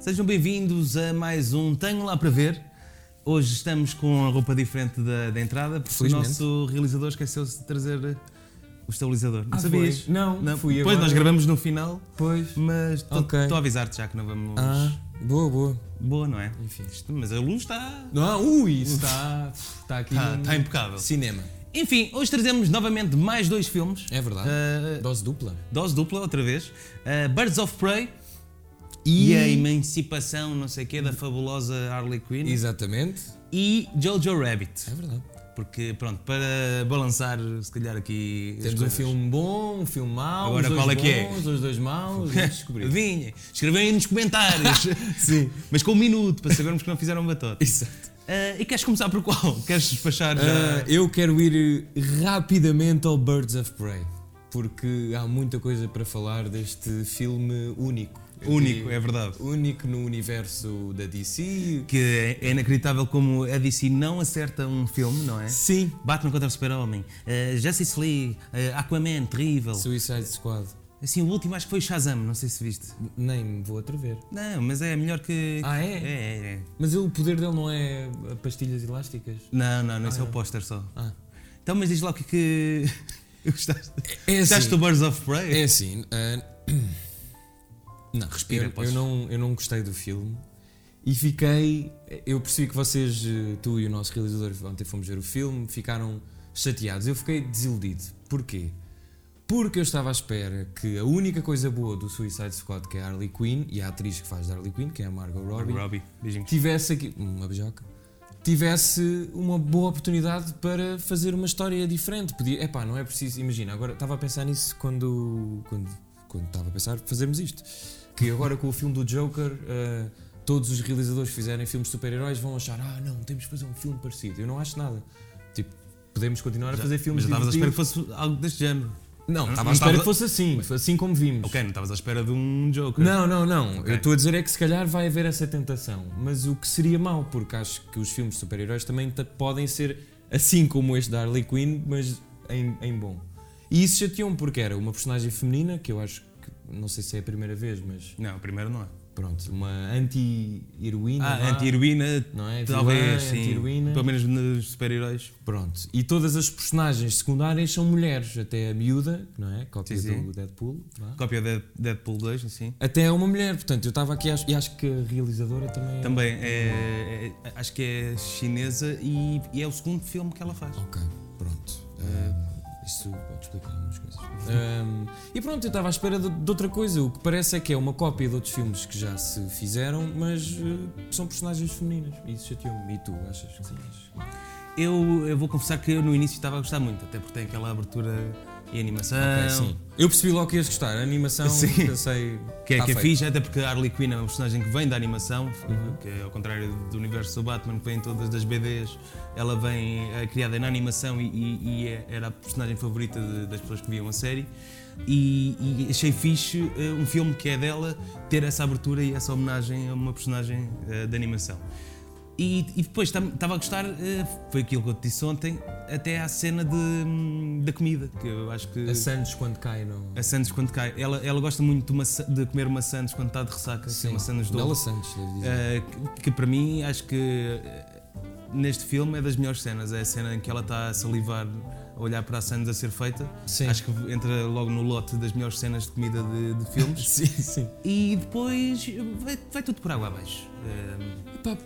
Sejam bem-vindos a mais um Tenho Lá para Ver. Hoje estamos com a roupa diferente da, da entrada, porque o Felizmente. nosso realizador esqueceu-se de trazer eh, o estabilizador. Não Ah, sabias? foi? Não, fui Pois, agora. nós gravamos no final, Pois. mas estou Ok. a avisar-te já que não vamos... Ah, boa, boa. Boa, não é? Enfim. Hum. Isto- Mas a luz está... Não, ui, isso está. Está aqui. Está um- está impecável. Cinema. Enfim, hoje trazemos novamente mais dois filmes. É verdade. Eh, Dose dupla. dose dupla, outra vez. Eh, Birds of Prey E- e... a emancipação, não sei o quê, da fabulosa Harley Quinn. Exatamente. E Jojo Rabbit. É verdade. Porque, pronto, para balançar, se calhar aqui. as Temos um coisas. filme bom, um filme mau. Agora, os dois qual é bons, que é? Os dois maus, vamos descobrir. Vinha, escreveu aí nos comentários. Sim. Mas com um minuto, para sabermos que não fizeram batota. Exato. Eh, e queres começar por qual? Queres despachar já? Ah, eu quero ir eh, rapidamente ao Birds of Prey, porque há muita coisa para falar deste filme único. Eu Único, digo, é verdade. Único no universo da DC. Que é inacreditável como a DC não acerta um filme, não é? Sim. Batman contra o Super-Homem, eh, Justice League, eh, Aquaman, terrível. Suicide Squad. Assim, o último acho que foi o Shazam, não sei se viste. Nem me vou atrever. Não, mas é melhor que. Ah, é? É, é, é. Mas o poder dele não é pastilhas elásticas? Não, não, não, esse é o póster só. Ah. Então, mas diz lá o que é que. Gostaste? É Gostaste do assim. Birds of Prey? É assim. ah, não, Respira, Eu, podes. eu, não, eu não gostei do filme e fiquei. Eu percebi que vocês, eh, tu e o nosso realizador, ontem fomos ver o filme, ficaram chateados. Eu fiquei desiludido. Porquê? Porque eu estava à espera que a única coisa boa do Suicide Squad, que é a Harley Quinn, e a atriz que faz da Harley Quinn, que é a Margot Robbie, Robbie, beijinho. tivesse aqui uma beijoca tivesse uma boa oportunidade para fazer uma história diferente podia epá, não é preciso imagina agora estava a pensar nisso quando quando quando estava a pensar fazermos isto que agora com o filme do Joker ah, todos os realizadores que fizerem filmes de super-heróis vão achar ah não temos que fazer um filme parecido eu não acho nada tipo podemos continuar a fazer filmes Mas já estavas à espera que divertidos. fosse algo deste género. Não, não estava não à espera estava- que fosse assim assim como vimos Ok, não estavas à espera de um Joker. não, não, não. Ok. Eu estou a dizer é que se calhar vai haver essa tentação. Mas o que seria mau, porque acho que os filmes de super-heróis também ta- podem ser assim como este da Harley Quinn, mas em, em bom. E isso chateou-me porque era uma personagem feminina, que eu acho que não sei se é a primeira vez, mas Não, primeiro não é. pronto, uma anti-heroína. Ah, vá, anti-heroína, Não é? talvez, Vilã, sim. anti-heroína. Pelo menos nos super-heróis. Pronto. E todas as personagens secundárias são mulheres, até a miúda, que não é? Cópia Sim, sim. do Deadpool. vá. Cópia de Deadpool 2, assim. Até é uma mulher, portanto, eu estava aqui acho- e acho que a realizadora também. é- Também, é, é- acho que é chinesa e, e é o segundo filme que ela faz. Ok, pronto. Ah, isso pode explicar algumas coisas. Ah, e pronto, eu estava à espera de, de outra coisa. O que parece é que é uma cópia de outros filmes que já se fizeram, mas eh, são personagens femininas. E isso chateou-me. E tu, achas que sim? Ah, Eu, eu vou confessar que eu no início estava a gostar muito, até porque tem aquela abertura e animação. Ok, sim. Eu percebi logo que ias gostar. A animação, Sim. pensei... Que é, tá que é feito. Uhum. fixe, até porque a Harley Quinn é uma personagem que vem da animação, que é ao contrário do universo do Batman, que vem em todas as BDs, ela vem eh, criada na animação e, e- e é- era a personagem favorita de- das pessoas que viam a série. E, e achei fixe eh, um filme que é dela ter essa abertura e essa homenagem a uma personagem eh, de animação. E, e depois estava a gostar, eh, foi aquilo que eu te disse ontem, até à cena de, hum, da comida, que eu acho que. A Santos quando cai no... A Santos quando cai. Ela, ela gosta muito de, uma, sa- de comer uma Santos quando está de ressaca, que é uma Santos doce. Bela Santos, devo dizer. Eh, que, que para mim acho que eh, neste filme é das melhores cenas. É a cena em que ela está a salivar a olhar para a Santos a ser feita. Sim. Ah, Acho que entra logo no lote das melhores cenas de comida de, de filmes. Sim, sim. E depois vai, vai tudo por água abaixo. Eh, Pá,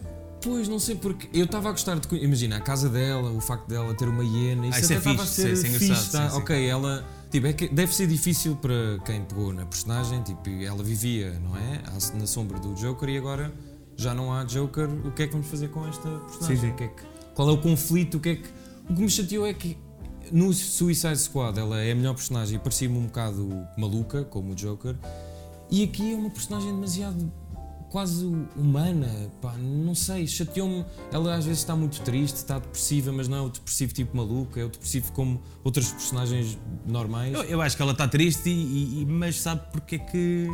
pois, não sei porque. Eu estava a gostar de. co- Imagina, a casa dela, o facto dela ter uma hiena, isso Ah, isso até é estava a fixe, ser isso é fixe, engraçado, tá? sim, sim. Ok, ela. Tipo, é que deve ser difícil para quem pegou na personagem, tipo, ela vivia, não é? À- Na sombra do Joker e agora já não há Joker, o que é que vamos fazer com esta personagem? Sim, sim. O que é que- qual é o conflito? O que é que. O que me chateou é que no Suicide Squad ela é a melhor personagem e parecia-me um bocado maluca, como o Joker, e aqui é uma personagem demasiado quase humana, pá, não sei, chateou-me. Ela às vezes está muito triste, está depressiva, mas não é o depressivo tipo maluco, é o depressivo como outras personagens normais. eu, eu acho que ela está triste, e- e- e- mas sabe porque é que.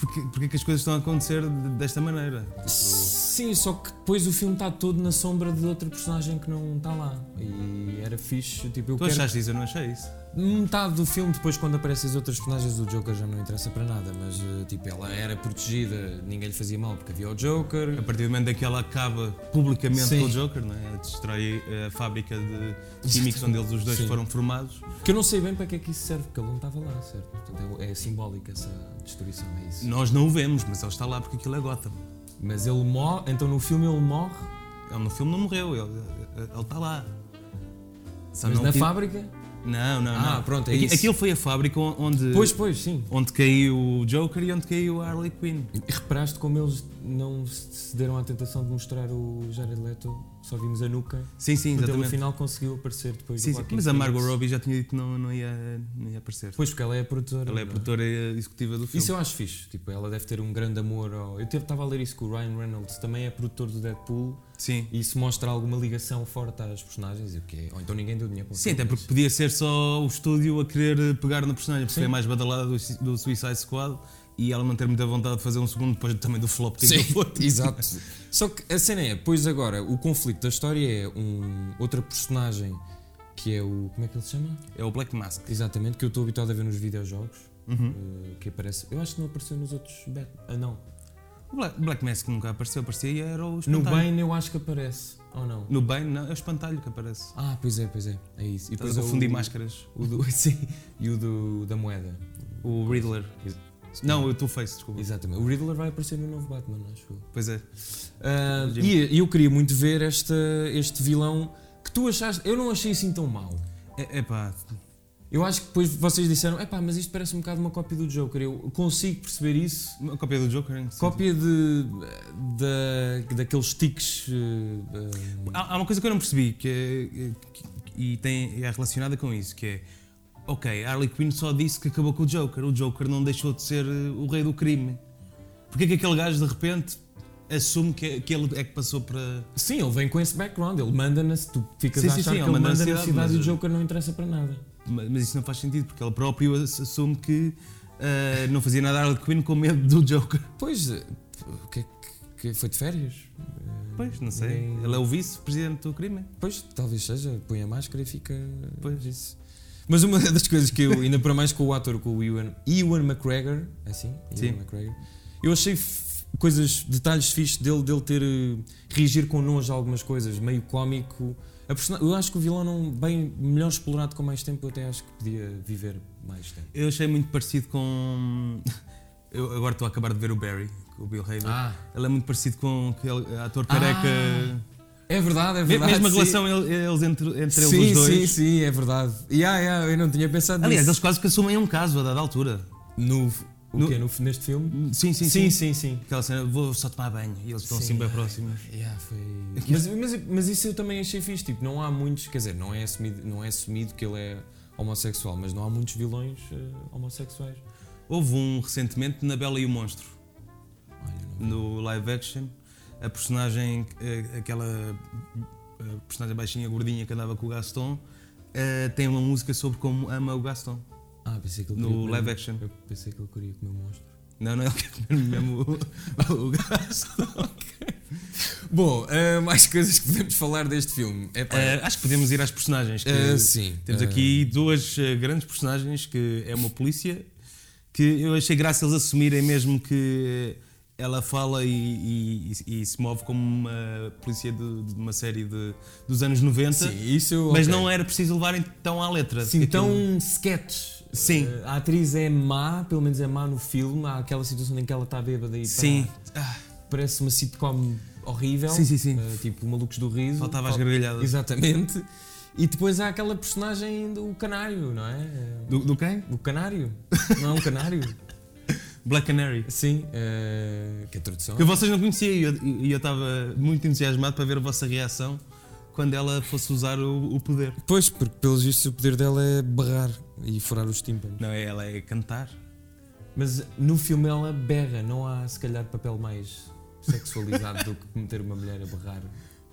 Porque, porque é que as coisas estão a acontecer de- desta maneira? Tipo, Sim, só que depois o filme está todo na sombra de outra personagem que não está lá. E era fixe, tipo, eu Tu quero. achaste isso? Eu não achei isso. Metade do filme, depois quando aparecem as outras personagens, o Joker já não interessa para nada, mas eh, tipo, ela era protegida, ninguém lhe fazia mal porque havia o A Joker. partir do momento em que ela acaba publicamente Sim. com o Joker, não é? Ela destrói a fábrica de químicos onde eles os dois Sim. foram formados. Que eu não sei bem para que é que isso serve, porque ele não estava lá, certo? Portanto, é, é simbólica essa destruição, é isso. Nós não o vemos, mas ele está lá porque aquilo é Gotham. Mas ele morre, então no filme ele morre, Ele no filme não morreu, ele, ele está lá. Só mas não Eh, na tive- fábrica. Não, não, Ah, não. pronto, é Aqui- isso. Aquilo foi a fábrica onde, Pois, pois, sim. onde caiu o Joker e onde caiu a Harley Quinn. E reparaste como eles não se cederam à tentação de mostrar o Jared Leto, só vimos a nuca. Sim, sim, Portanto, ele exatamente. afinal conseguiu aparecer depois Sim, do sim. Joaquin Mas a Margot Phoenix. Robbie já tinha dito que não, não, ia, não ia aparecer. Pois, porque ela é a produtora. Ela é a não produtora executiva do filme. Isso eu acho fixe, tipo, ela deve ter um grande amor ao... Eu estava a ler isso que o Ryan Reynolds também é produtor do Deadpool Sim. e isso mostra alguma ligação forte às personagens, e o que é- ou então ninguém deu dinheiro para o Sim, filme, até porque podia ser só o estúdio a querer pegar na personagem, porque Sim. foi a mais badalada do, Sui- do Suicide Squad e ela não ter muita vontade de fazer um segundo depois também do flop que Sim, aquilo foi. exato. Só que a cena é, pois agora, o conflito da história é um, outra personagem que é o. Como é que ele se chama? É o Black Mask. Exatamente, que eu estou habituado a ver nos videojogos. eh, que aparece. Eu acho que não apareceu nos outros. Bat- Ah, não. O Bla- Black Mask nunca apareceu, aparecia e era o No espantalho. Bane eu acho que aparece. Ou não? No bem, não, é o espantalho que aparece. Ah, pois é, pois é. É isso. E Estás depois a é confundir o, máscaras. O do, sim, e o do, da moeda. O Riddler. Não, o Two-Face, desculpa. Exatamente. O Riddler vai aparecer no novo Batman, acho eu. Pois é. Ah, Jim. e eu queria muito ver esta, este vilão que tu achaste. Eu não achei assim tão mau. É, epá, Eu acho que depois vocês disseram, epá, mas isto parece um bocado uma cópia do Joker. Eu consigo perceber isso. uma cópia do Joker. hein? Sim, Cópia de, da daqueles tiques. eh, eh, Há, há uma coisa que eu não percebi que, é- que- e tem, é relacionada com isso, que é ok, a Harley Quinn só disse que acabou com o Joker, o Joker não deixou de ser eh, o rei do crime. Porquê que aquele gajo de repente assume que, é- que ele é que passou para. sim, ele vem com esse background. Ele manda na. Tu ficas Sim, a sim, achar sim, que ele ele manda manda na na cidade, cidade, eh, e o mas- Joker não interessa para nada. Mas mas isso não faz sentido, porque ele próprio ass- assume que eh, não fazia nada a Harley Quinn com medo do Joker. Pois, eh, o que é que- que foi de férias? Eh, Pois, não sei. ninguém- Ele é o vice-presidente do crime. Pois, talvez seja, põe a máscara e fica. Pois. isso. Mas uma das coisas que eu, ainda para mais com o ator, com o Ewan, Ewan McGregor, é assim? Ewan Sim. McGregor, eu achei f- coisas, detalhes fixes dele, dele ter. eh, reagir com nojo a algumas coisas, meio cómico. A persona- eu acho que o vilão, não, bem melhor explorado com mais tempo, eu até acho que podia viver mais tempo. Eu achei muito parecido com. Eu agora estou a acabar de ver o Barry, com o Bill Hader. Ah, Ele é muito parecido com aquele ator Ah, careca. é verdade, é Me- verdade. Mesma sim. relação ele- eles entre, entre sim, eles os Sim, dois. sim, é verdade. Yeah, yeah, eu não tinha pensado Aliás, eles nisso. quase que assumem um caso a dada altura. No, o No- quê? No, neste filme? Sim, sim, sim. sim. sim. Aquela cena, vou só tomar banho e eles estão Sim. assim bem próximos. Yeah, foi... mas, mas, mas isso eu também achei fixe, tipo, não há muitos, quer dizer, não é assumido, não é assumido que ele é homossexual, mas não há muitos vilões eh, homossexuais. Houve um recentemente na Bela e o Monstro, Olha, não- no live action. A personagem, eh, aquela eh, personagem baixinha, gordinha que andava com o Gaston, eh, tem uma música sobre como ama o Gaston, Ah, pensei que ele queria no comer- live action. Eu pensei que ele queria comer um monstro. Não, é não, ele quer comer mesmo o, o Gaston. Bom, eh, mais coisas que podemos falar deste filme. É pá, Eh, acho que podemos ir às personagens. que- eh, sim. Temos eh, aqui duas eh, grandes personagens que é uma polícia que eu achei graça eles assumirem mesmo que ela fala e, e- e se move como uma polícia de, de uma série de, dos anos 90, Sim, isso eu. mas ok. não é era preciso levarem tão à letra. Tipo, Sim, Aquilo- então um sketch. Sim. Eh, a atriz é má, pelo menos é má no filme. Há aquela situação em que ela está bêbada e pá, Sim. Ah, parece uma sitcom horrível. Sim, sim, sim. eh, tipo Malucos do Riso. faltava as Fal- gargalhadas. Exatamente. E depois há aquela personagem do canário, não é? Do, do quem? O canário. Não é um canário? Black Canary. Sim. eh, que a tradução. Que vocês não conheciam e eu- e eu estava muito entusiasmado para ver a vossa reação quando ela fosse usar o, o poder. Pois, porque pelos vistos o poder dela é berrar e furar os tímpanos. Não, é ela é cantar. Mas no filme ela berra, não há se calhar papel mais sexualizado do que meter uma mulher a berrar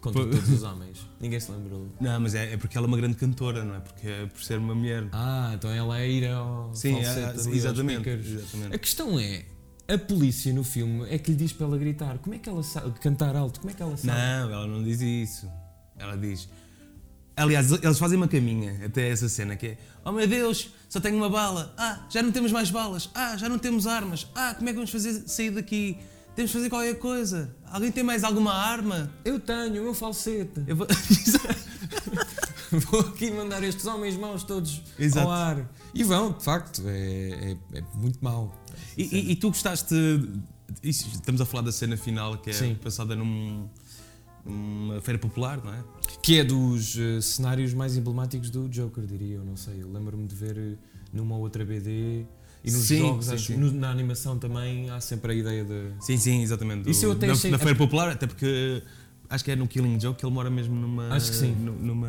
contra Pois. todos os homens. Ninguém se lembrou. Não, mas é, é porque ela é uma grande cantora, não é? Porque é por ser uma mulher. Ah, então ela é ir ao Sim, é, falsete ali, aos exatamente, pícaros. exatamente. A questão é, a polícia no filme é que lhe diz para ela gritar. Como é que ela sabe? Cantar alto, como é que ela sabe? Não, ela não diz isso. Ela diz. Aliás, eles fazem uma caminha até essa cena que é: Oh meu Deus, só tenho uma bala. Ah, já não temos mais balas. Ah, já não temos armas. Ah, como é que vamos fazer sair daqui? Temos de fazer qualquer coisa. Alguém tem mais alguma arma? Eu tenho o meu falsete. Eu vou- Vou aqui mandar estes homens maus todos Exato. ao ar. E vão, de facto, é, é- é muito mau. E, e- e tu gostaste. isso, estamos a falar da cena final que é Sim. passada num- numa feira popular, não é? Que é dos eh, cenários mais emblemáticos do Joker, diria eu, não sei. Eu lembro-me de ver eh, numa outra BD e nos Sim, jogos, sim, acho, sim. no- na animação também, há sempre a ideia de. Sim, sim, exatamente. Isso eu até na, achei- na feira popular, até porque acho que é no Killing Joke que ele mora mesmo numa. Acho que sim. nu- Numa,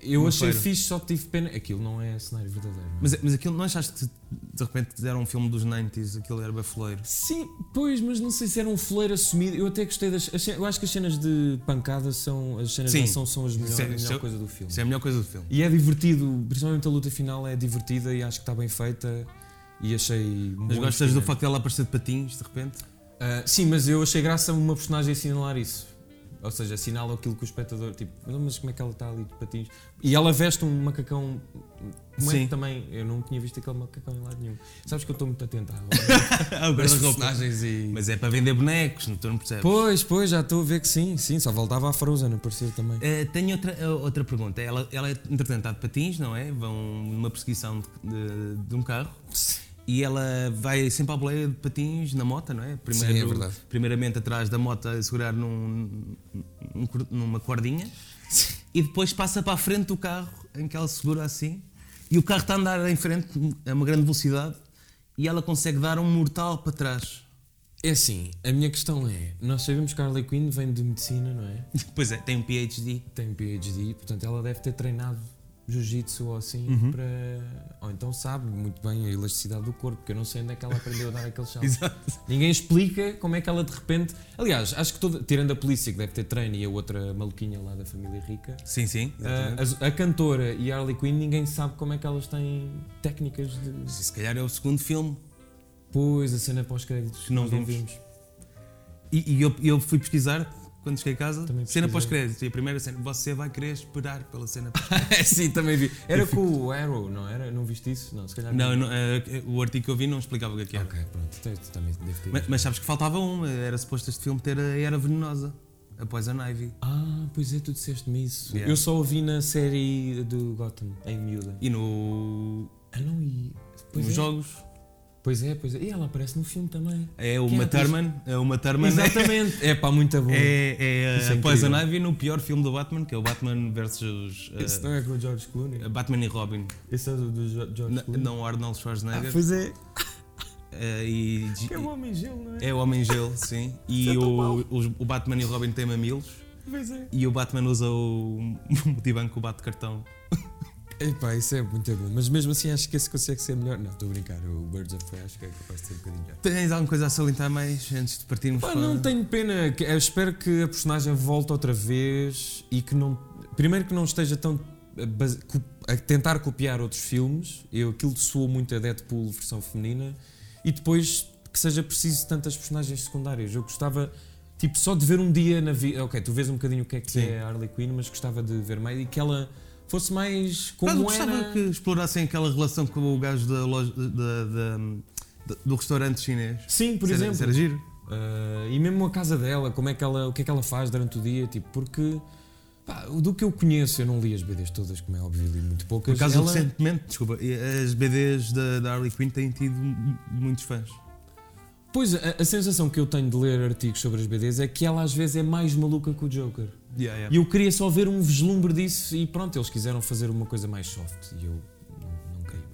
Eu numa achei É, feira. fixe, só tive pena. Aquilo não é cenário verdadeiro. não é? Mas, mas aquilo, não achaste que de repente fizeram um filme dos 90s, aquilo era bafoleiro? Sim, pois, mas não sei se era um fleiro assumido. Eu até gostei das. as ce- Eu acho que as cenas de pancada são. As cenas Sim. de ação são as melhor, Isso é- a melhor isso é- coisa do filme. Isso é a melhor coisa do filme. E é divertido, principalmente a luta final é divertida e acho que está bem feita. E achei. um Mas gostas bom do investimento. facto dela aparecer de patins de repente? Ah, sim, mas eu achei graça uma personagem assinalar isso. Ou seja, assinala aquilo que o espectador, tipo, "Não, mas como é que ela está ali de patins? E ela veste um macacão. Como é Sim. que também? Eu não tinha visto aquele macacão em lado nenhum. Sabes que eu estou muito atento agora. Ah, o Mas guarda-roupa. personagens e. Mas é para vender bonecos, não- tu não percebes? Pois, pois, já estou a ver que sim, sim, só voltava a Frozen a aparecer também. Eh, tenho outra, eh, outra pergunta. Ela, ela entretanto, está de patins, não é? Vão numa perseguição de, de- de um carro e ela vai sempre à boleia de patins na moto, não é? é verdade. Primeiramente atrás da moto a segurar num- num cor- numa cordinha e depois passa para a frente do carro em que ela segura assim e o carro está a andar em frente a uma grande velocidade e ela consegue dar um mortal para trás. É assim, a minha questão é: nós sabemos que a Harley Quinn vem de medicina, não é? Pois é, tem um PhD. Tem PhD, portanto ela deve ter treinado jiu-jitsu ou assim Uhum. para. Ou então sabe muito bem a elasticidade do corpo, porque eu não sei onde é que ela aprendeu a dar aquele salto. Exato. Ninguém explica como é que ela de repente. Aliás, acho que toda. Tirando a polícia que deve ter treino e a outra maluquinha lá da família rica. ah, Sim, sim. exatamente. A, a cantora e a Harley Quinn, ninguém sabe como é que elas têm técnicas de. Se calhar é o segundo filme. Pois, a cena pós-créditos. Que não nós não vimos. vimos. E, e eu, eu fui pesquisar quando cheguei a casa, Também cena pesquisei. pós-crédito. E a primeira cena, você vai querer esperar pela cena pós Sim, também vi. Era com o Arrow, não era? Não viste isso? Não, se calhar Não, não, eh, o artigo que eu vi não explicava o que é que era. É. Ok, pronto. Tu- tu também deve ter. Mas, mas sabes que faltava um, era suposto este filme ter a Era Venenosa, após a Ivy. Ah, pois é, tu disseste-me isso. Yeah. Eu só ouvi na série do Gotham, em miúda. E no, Ah, não, e. Pois nos é. jogos Pois é, pois é. E ela aparece no filme também. é o Quem é a atriz? Materman, é o Materman. Exatamente. é pá, muito bom. É, é, Isso é a Poison incrível. Ivy no pior filme do Batman, que é o Batman versus eh, Esse não é com o George Clooney? Batman e Robin. Esse é do, do Jo- George N- Clooney? Não Arnold Ah, Schwarzenegger. pois é. eh, e, Que é o homem gelo, não é? É o Homem Gelo, sim. E o, os- o Batman e o Robin têm mamilos. Pois é. E o Batman usa o multibanco, o bate-cartão. Epá, isso é muito bom. Mas mesmo assim acho que esse consegue ser melhor. Não, estou a brincar. O Birds of Prey acho que é capaz de ser um bocadinho melhor. Tens alguma coisa a salientar mais antes de partirmos Pá, para... não tenho pena. que- Eu espero que a personagem volte outra vez e que não. Primeiro que não esteja tão. A, base- co- a tentar copiar outros filmes. Eu, aquilo soou muito a Deadpool versão feminina. E depois que seja preciso tantas personagens secundárias. Eu gostava. Tipo, só de ver um dia na vida. Ok, tu vês um bocadinho o que é que Sim. é a Harley Quinn, mas gostava de ver mais e que ela fosse mais como Mas eu era. gostava que explorassem aquela relação com o gajo da loja, da- da- da- do restaurante chinês. Sim, por Isso era- exemplo. isso era giro. Uh, e mesmo a casa dela, como é que ela, o que é que ela faz durante o dia, tipo, porque pá, do que eu conheço, eu não li as BDs todas, como é óbvio, li muito poucas. Por acaso, ela, recentemente, desculpa, as BDs da, da Harley Quinn têm tido m- muitos fãs. Pois, a, a sensação que eu tenho de ler artigos sobre as BDs é que ela às vezes é mais maluca que o Joker. Yeah, yeah. E eu queria só ver um vislumbre disso e pronto, eles quiseram fazer uma coisa mais soft e eu não, não caí bem.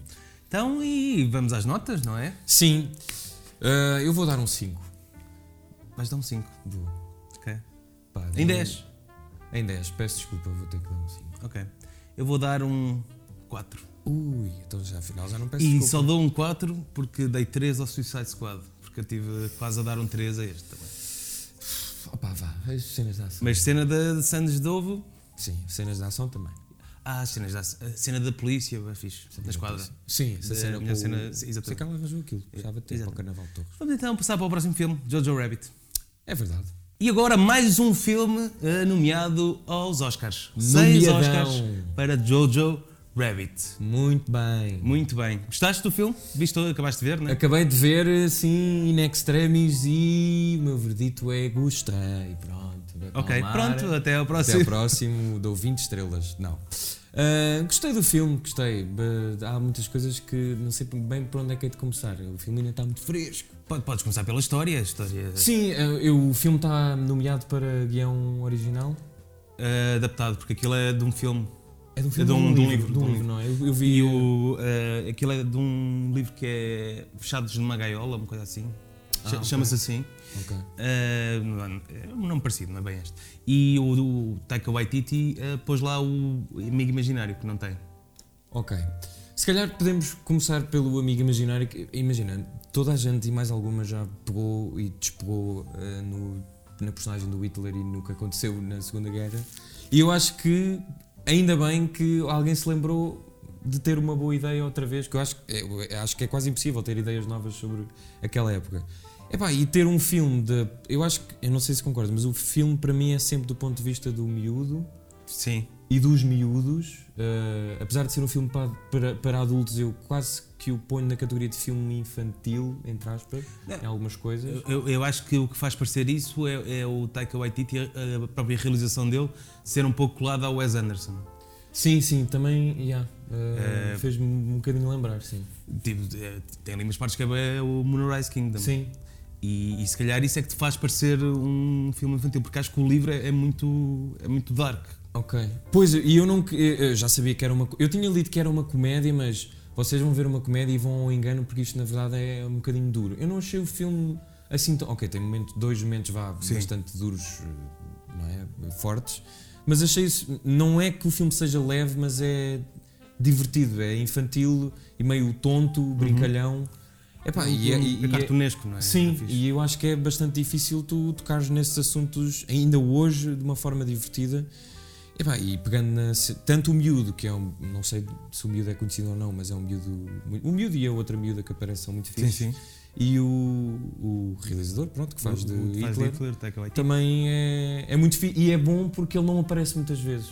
Então, e vamos às notas, não é? Sim, uh, eu vou dar um 5. Vais dar um 5. Vou. Ok. Pá, Em não- 10. Em 10, peço desculpa, vou ter que dar um 5. Ok. Eu vou dar um 4. Ui, então já afinal já não peço E desculpa. só dou um 4 porque dei 3 ao Suicide Squad. Porque eu tive quase a dar um 3 a este também. Opá, vá, as cenas da ação. Mas cena da de Sandes de Ovo. Sim, cenas de ação também. Ah, as cenas da, a cena da polícia, bem fixe, na esquadra. assim. Sim, essa Da cena minha com o- cena- É, sim, exatamente. Sei que ela arranjou aquilo. Precisava de ter para o exatamente. Carnaval de Torres. Vamos então passar para o próximo filme, Jojo Rabbit. É verdade. E agora mais um filme eh, nomeado aos Oscars. Seis Nomeadão. Oscars para Jojo Rabbit. Muito bem. Muito bem. Gostaste do filme? Viste, acabaste de ver, não é? Acabei de ver assim in extremis e o meu verdito é gostei. Pronto. vou Ok, acalmar. pronto, até ao Até ao próximo. próximo, dou 20 estrelas. Não. Ah, gostei do filme, gostei. But Há muitas coisas que não sei bem por onde é que é de começar. O filme ainda está muito fresco. Pode- Podes começar pela história. a história Sim, ah, eu- o filme está nomeado para guião original. eh, adaptado, porque aquilo é de um filme. É de um É filme de ou um- de de um livro, livro, de um de um livro, não é? Eu, eu vi E o, eh, aquilo é de um livro que é Fechados numa Gaiola, uma coisa assim. Cha- Ah, ok. Chama-se assim. Ok. Eh, não- é um nome parecido, não é bem este. E o do Taika Waititi eh, pôs lá o Amigo Imaginário, que não tem. Ok. Se calhar podemos começar pelo amigo imaginário. que- Imagina, toda a gente e mais alguma já pegou e despegou eh, no, na personagem do Hitler e no que aconteceu na Segunda Guerra. E eu acho que ainda bem que alguém se lembrou de ter uma boa ideia outra vez, que eu acho, eu acho que é quase impossível ter ideias novas sobre aquela época. Epá, e ter um filme de. Eu acho que. Eu não sei se concordas, mas o filme para mim é sempre do ponto de vista do miúdo Sim. e dos miúdos, eh, apesar de ser um filme para, para, para adultos, eu quase que o ponho na categoria de filme infantil, entre aspas, Não. em algumas coisas. Eu, eu acho que o que faz parecer isso é, é o Taika Waititi, eh, a, a própria realização dele, ser um pouco colada ao Wes Anderson. Sim, sim, também, yeah, eh, Eh, fez-me um bocadinho lembrar, sim. Tipo, é, tem ali umas partes que é bem o Moonrise Kingdom. Sim, E, e se calhar isso é que te faz parecer um filme infantil, porque acho que o livro é, é muito, é muito dark. ok. Pois, e eu não, que- eu já sabia que era uma, co- eu tinha lido que era uma comédia, mas vocês vão ver uma comédia e vão ao engano porque isto na verdade é um bocadinho duro. Eu não achei o filme assim tão, ok, tem momento, dois momentos vá, Sim. bastante duros, eh, não é, fortes, Mas achei isso. Não é que o filme seja leve, mas é divertido, é infantil e meio tonto, brincalhão. Epá, e, é- e- é e é- cartunesco, não é? Sim, É fixe. e eu acho que é bastante difícil tu tocares nesses assuntos ainda hoje de uma forma divertida. Epá, e pegando na, ce- tanto o miúdo, que é um. Não sei se o miúdo é conhecido ou não, mas é um miúdo. mu- O miúdo e a outra miúda que aparece são muito sim, é fixe. sim. E o, o realizador, pronto, que faz de O- o- faz Hitler Taika Waititi. também é, é muito fixe e é bom porque ele não aparece muitas vezes.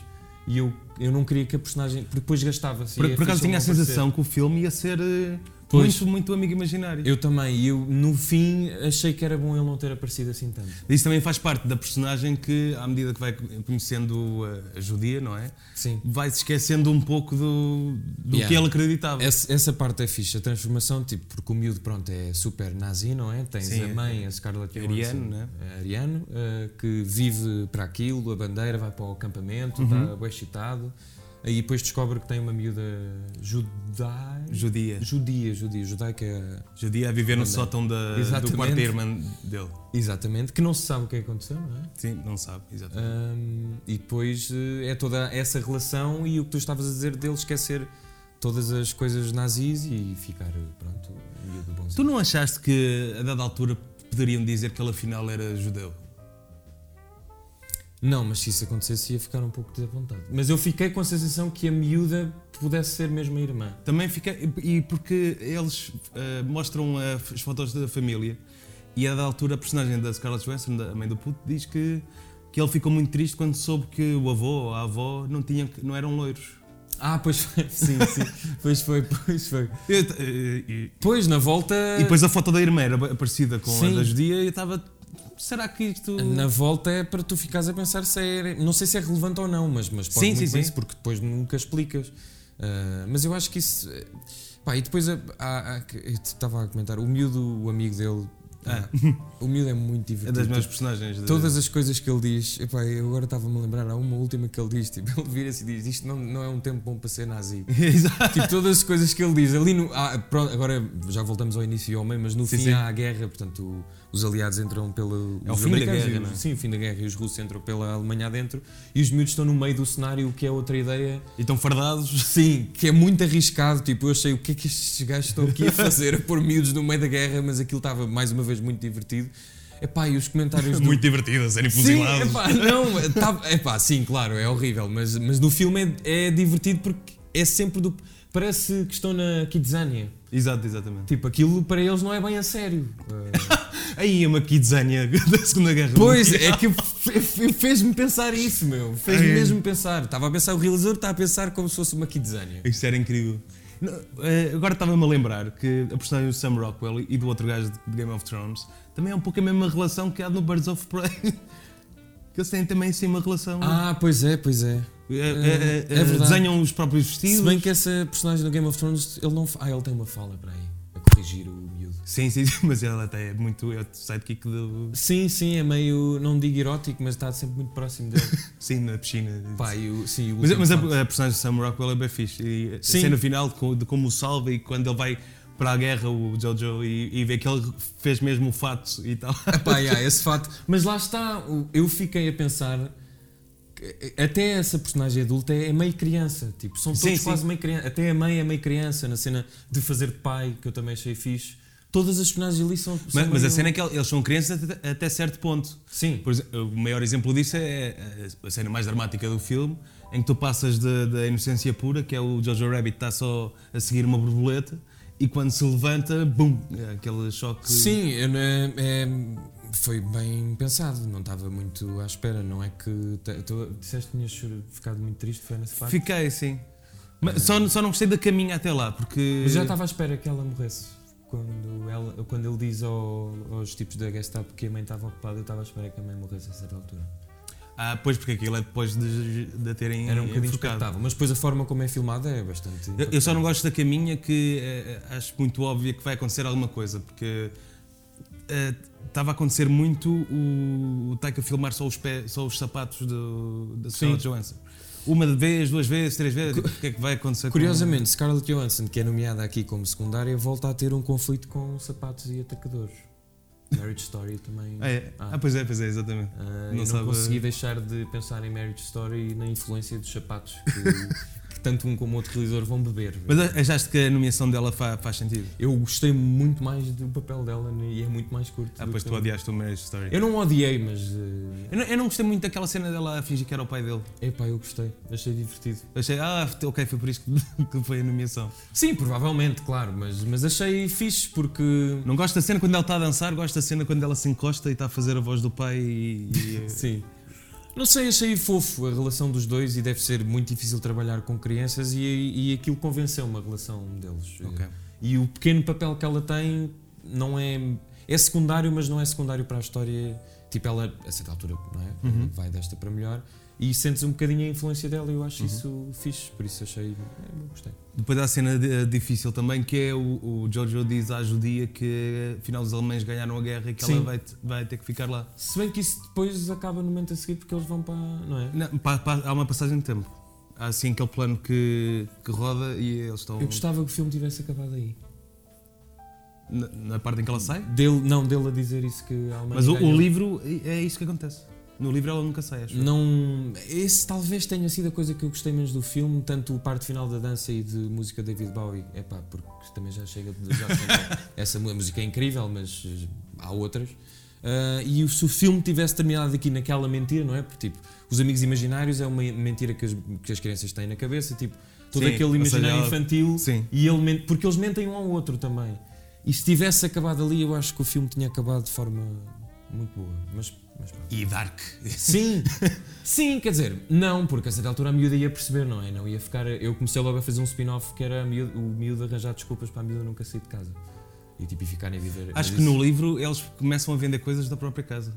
E eu, eu não queria que a personagem. Porque depois gastava-se. e Por, é por acaso fixe ele tinha a não aparecer. sensação que o filme ia ser eh, Pois. muito, muito amigo imaginário. Eu também, e eu no fim achei que era bom ele não ter aparecido assim tanto. Isso também faz parte da personagem que, à medida que vai conhecendo a- a judia, não é? Sim. Vai se esquecendo um pouco do, do Yeah. que ele acreditava. Essa, essa parte é fixe, a transformação, tipo, porque o miúdo, pronto, é super nazi, não é? Tens Sim, a é- mãe, a Scarlett Ariano, Johansson, né? a Ariano, eh, que vive para aquilo, a bandeira, vai para o acampamento, Uhum. está bem excitado, e depois descobre que tem uma miúda judaica. Judia. Judia, judia, judaica. Judia a viver no Também. sótão da, Exatamente. do quarto da irmã dele. Exatamente, que não se sabe o que é que aconteceu, não é? Sim, não sabe, exatamente. Ahm, e depois eh, é toda essa relação e o que tu estavas a dizer dele esquecer todas as coisas nazis e ficar, pronto, miúdo Tu bonzinho. não achaste que, a dada altura, poderiam dizer que ele afinal era judeu? Não, mas se isso acontecesse ia ficar um pouco desapontado. Mas eu fiquei com a sensação que a miúda pudesse ser mesmo a irmã. Também fica. E porque eles eh, mostram eh, as fotos da família e a da altura a personagem da Scarlett Johansson, da a mãe do puto, diz que, que ele ficou muito triste quando soube que o avô ou a avó não, tinham, não eram loiros. Ah, pois foi, sim, sim, pois foi, pois foi. Eu t- eh, e, Pois, na volta... e depois a foto da irmã era ba- parecida com Sim. a da judia e eu estava. Será que isto. Na volta é para tu ficares a pensar se é. Não sei se é relevante ou não, mas, mas pode Sim, muito sim, bem, sim. porque depois nunca explicas. Ah, mas eu acho que isso. eh, Pá, e depois a- há- há que- eu te estava a comentar, o miúdo, o amigo dele. Ah. O miúdo é muito É das divertido. minhas tipo, personagens. de- Todas as coisas que ele diz, epá, eu agora estava-me a lembrar, há uma última que ele diz, tipo, ele vira-se e diz, isto não, não é um tempo bom para ser nazi. Exato. tipo, todas as coisas que ele diz. Ali no, ah, pronto, agora já voltamos ao início e ao meio, mas no Sim, fim sim. há a guerra, portanto, o- os aliados entram pelo. É o os fim da americanos guerra, e os- não é? Sim, o fim da guerra e os russos entram pela Alemanha adentro e os miúdos estão no meio do cenário, o que é outra ideia. E estão fardados. Sim, que é muito arriscado. Tipo, eu achei o que é que estes gajos estão aqui a fazer, a pôr miúdos no meio da guerra, mas aquilo estava mais uma vez muito divertido. Epá, e os comentários do. Muito divertido a serem Sim, fuzilados. epá, não, tá, epá, sim, claro, é horrível, mas, mas no filme é, é divertido porque é sempre do. Parece que estão na Kidzania. Exato, exatamente. Tipo, aquilo para eles não é bem a sério. Eh, Aí é uma kidzania da Segunda Guerra pois, Mundial. é que fe- fe- fez-me pensar isso, meu. Fez-me Ai. mesmo pensar. Estava a pensar, o realizador está a pensar como se fosse uma Kidzania. Isto era incrível. Não, eh, agora estava-me a lembrar que a personagem do Sam Rockwell e do outro gajo de Game of Thrones também é um pouco a mesma relação que há no Birds of Prey. que eles têm também assim uma relação. Ah, pois é, pois é. Eh, eh, é eh, eh, verdade. desenham os próprios Se vestidos. bem que essa personagem do Game of Thrones, ele não. fa- Ah, ele tem uma fala para aí, a corrigir o miúdo. Sim, sim, sim, mas ela até é muito. É o sidekick do. Sim, sim, é meio, não digo erótico, mas está sempre muito próximo dele. Sim, na piscina. Pá, e o, sim, o Mas, é, último mas a, fato. a personagem de Sam Rockwell é bem fixe. E a Sim. cena final co- de como o salva e quando ele vai para a guerra, o Jojo, e, e vê que ele fez mesmo o fato e tal. Epá, yeah, esse fato. Mas lá está, o- eu fiquei a pensar. que eh, Até essa personagem adulta é meio criança, tipo, são todos Sim, sim. quase meio criança. Até a mãe é meio criança na cena de fazer de pai, que eu também achei fixe. Todas as personagens ali são. são Mas, mas a meio- cena é que el- eles são crianças até, até certo ponto. Sim, Por exemplo, o maior exemplo disso é a- a cena mais dramática do filme, em que tu passas de- da inocência pura, que é o Jojo Rabbit está só a seguir uma borboleta, e quando se levanta, bum, é aquele choque. sim, eu não- é- é- foi bem pensado, não estava muito à espera, não é que. te- tu disseste que tinhas chor- ficado muito triste, foi nesse parte. Fiquei, sim. Mas só, só não gostei da caminha até lá, porque. Mas já estava à espera que ela morresse. Quando, ela, quando ele diz ao- aos tipos da Gestapo que a mãe estava ocupada, eu estava à espera que a mãe morresse a certa altura. Ah, pois, porque aquilo é depois de, de a terem Era um bocadinho enforcado. expectável, mas depois a forma como é filmada é bastante. Eu, eu só não gosto da caminha que eh, acho muito óbvio que vai acontecer alguma coisa, porque eh, estava a acontecer muito o, o Taika filmar só os, pé, só os sapatos do, da Scarlett Johansson. Uma vez, duas vezes, três vezes, o que é que vai acontecer? com- Curiosamente, Scarlett Johansson, que é nomeada aqui como secundária, volta a ter um conflito com sapatos e atacadores. Marriage Story também. Ah, é. Ah. Ah, pois é, pois é, exatamente. Ah, Não eu não sabe- consegui deixar de pensar em Marriage Story e na influência dos sapatos que, que tanto um como outro realizador vão beber. Mas a- achaste que a nomeação dela fa- faz sentido? Eu gostei muito mais do papel dela né, e é muito mais curto. Ah, do pois que tu eu- odiaste o Marriage Story. Eu não odiei, mas. eh, Eu não, eu não gostei muito daquela cena dela a fingir que era o pai dele. Epá, eu gostei. Achei divertido. Eu achei, ah, ok, foi por isso que- que foi a nomeação. Sim, provavelmente, claro, mas, mas achei fixe porque. Não gosto da cena quando ela está a dançar, gosto da cena quando ela se encosta e está a fazer a voz do pai e. eh, e- Sim. Não sei, achei fofo a relação dos dois e deve ser muito difícil trabalhar com crianças e, e aquilo convenceu-me a relação deles. Ok. E o pequeno papel que ela tem não é. É secundário, mas não é secundário para a história. Tipo, ela, a certa altura, não é? Uhum. Vai desta para melhor. E sentes um bocadinho a influência dela e eu acho isso fixe. Por isso achei. É, eu gostei. Depois há a cena de- eh, difícil também, que é o, o Giorgio diz à judia que eh, afinal os alemães ganharam a guerra e que Sim. ela vai, te- vai ter que ficar lá. Se bem que isso depois acaba no momento a seguir porque eles vão para. Não é? Não, pá, pá, há uma passagem de tempo. Há assim aquele plano que, que roda e eles estão. Eu gostava que o filme tivesse acabado aí. Na, na parte em que ela sai. Dele, não, dele a dizer isso que a Alemanha. Mas o, ganhou. o livro é é isso que acontece. No livro ela nunca sai, acho. Não. Esse talvez tenha sido a coisa que eu gostei menos do filme, tanto o parte final da dança e de música David Bowie. É pá, porque também já chega de. Já chega. Essa mu- música é incrível, mas eh, há outras. Ah, e o- se o filme tivesse terminado aqui naquela mentira, não é? Porque, tipo, os amigos imaginários é uma mentira que as, que as crianças têm na cabeça, tipo, todo Sim, aquele ou seja, imaginário ela- infantil. Hum. Sim. E ele mente, porque eles mentem um ao outro também. E se tivesse acabado ali, eu acho que o filme tinha acabado de forma muito boa. Mas, mas pronto. E Dark. Sim, sim, quer dizer, não, porque a certa altura a miúda ia perceber, não é? Não ia ficar. Eu comecei logo a fazer um spin-off que era a miúda- o miúdo arranjar desculpas para a miúda nunca sair de casa. E tipo, e ficarem a viver. Acho que mas no livro eles começam a vender coisas da própria casa.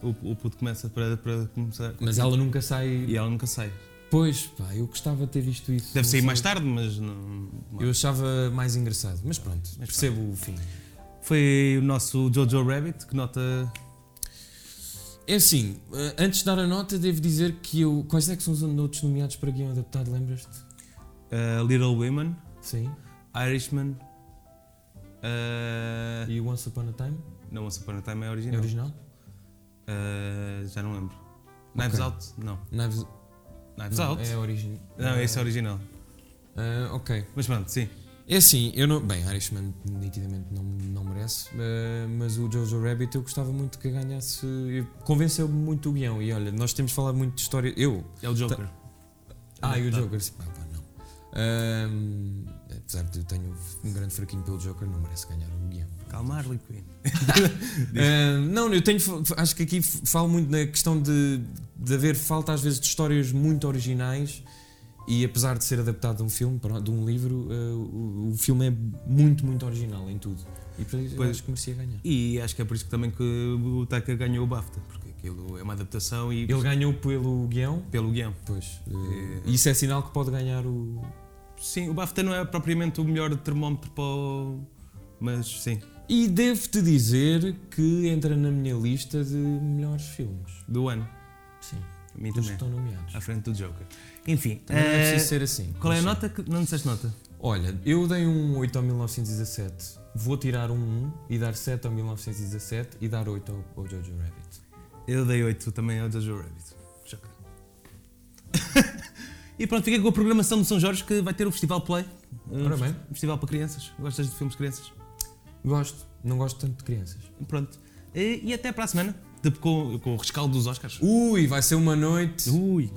O, o puto começa para, para começar. Mas ela nunca sai. E ela nunca sai. Pois, pá, eu gostava de ter visto isso. Deve Não sair sei. mais tarde, mas não. Eu achava mais engraçado, mas pronto, Mas percebo o fim. Foi o nosso Jojo Rabbit que nota. É assim, eh, antes de dar a nota, devo dizer que eu. Quais é que são os outros nomeados para guião adaptado, lembras-te? uh, Little Women, Sim. Irishman. uh, E o Once Upon a Time? não, Once Upon a Time é É original. original? Uh, já não lembro. Knives Ok. Out? Não. Knives Knives não, Out? É original. Não, esse é original. Ah, ok. Mas pronto, sim. É assim, eu não. Bem, Irishman nitidamente não, não merece, eh, mas o Jojo Rabbit eu gostava muito que ganhasse. eu- Convenceu-me muito o guião. E olha, nós temos falado muito de história. Eu. É o Joker. Ah, e o Tá. Joker. sim, pá, pá, não. Ahm, apesar de eu tenho um grande fraquinho pelo Joker, não merece ganhar o guião. Calma, Harley Quinn. Ah, não, eu tenho. Acho que aqui f- falo muito na questão de, de haver falta às vezes de histórias muito originais e apesar de ser adaptado de um filme, pronto, de um livro, ah, o, o filme é muito, muito original em tudo. E por isso eu Pois. acho que merecia ganhar. E acho que é por isso que também que o Taka ganhou o BAFTA, porque aquilo é uma adaptação e Ele ganhou pelo guião, pelo guião. pois. eh, ah, isso é sinal que pode ganhar o. Sim, o BAFTA não é propriamente o melhor termómetro para o... Mas sim, E devo-te dizer que entra na minha lista de melhores filmes. do ano. Sim. A mim Dos que também. estão nomeados. À frente do Joker. Enfim, Também não é eh, preciso ser assim. qual é a Mas sim. nota que. Não disseste nota? Olha, eu dei um 8 ao 1917. Vou tirar um 1 e dar 7 ao 1917 e dar 8 ao, ao Jojo Rabbit. Eu dei 8 também ao Jojo Rabbit. Joker. e pronto, fica com a programação de São Jorge que vai ter o Festival Play. Um Ora bem. Festival para crianças. Gostas de filmes de crianças? Gosto, não gosto tanto de crianças. Pronto. Tipo, E, e até para a semana. de- com, com o rescaldo dos Oscars. Ui, vai ser uma noite. Ui!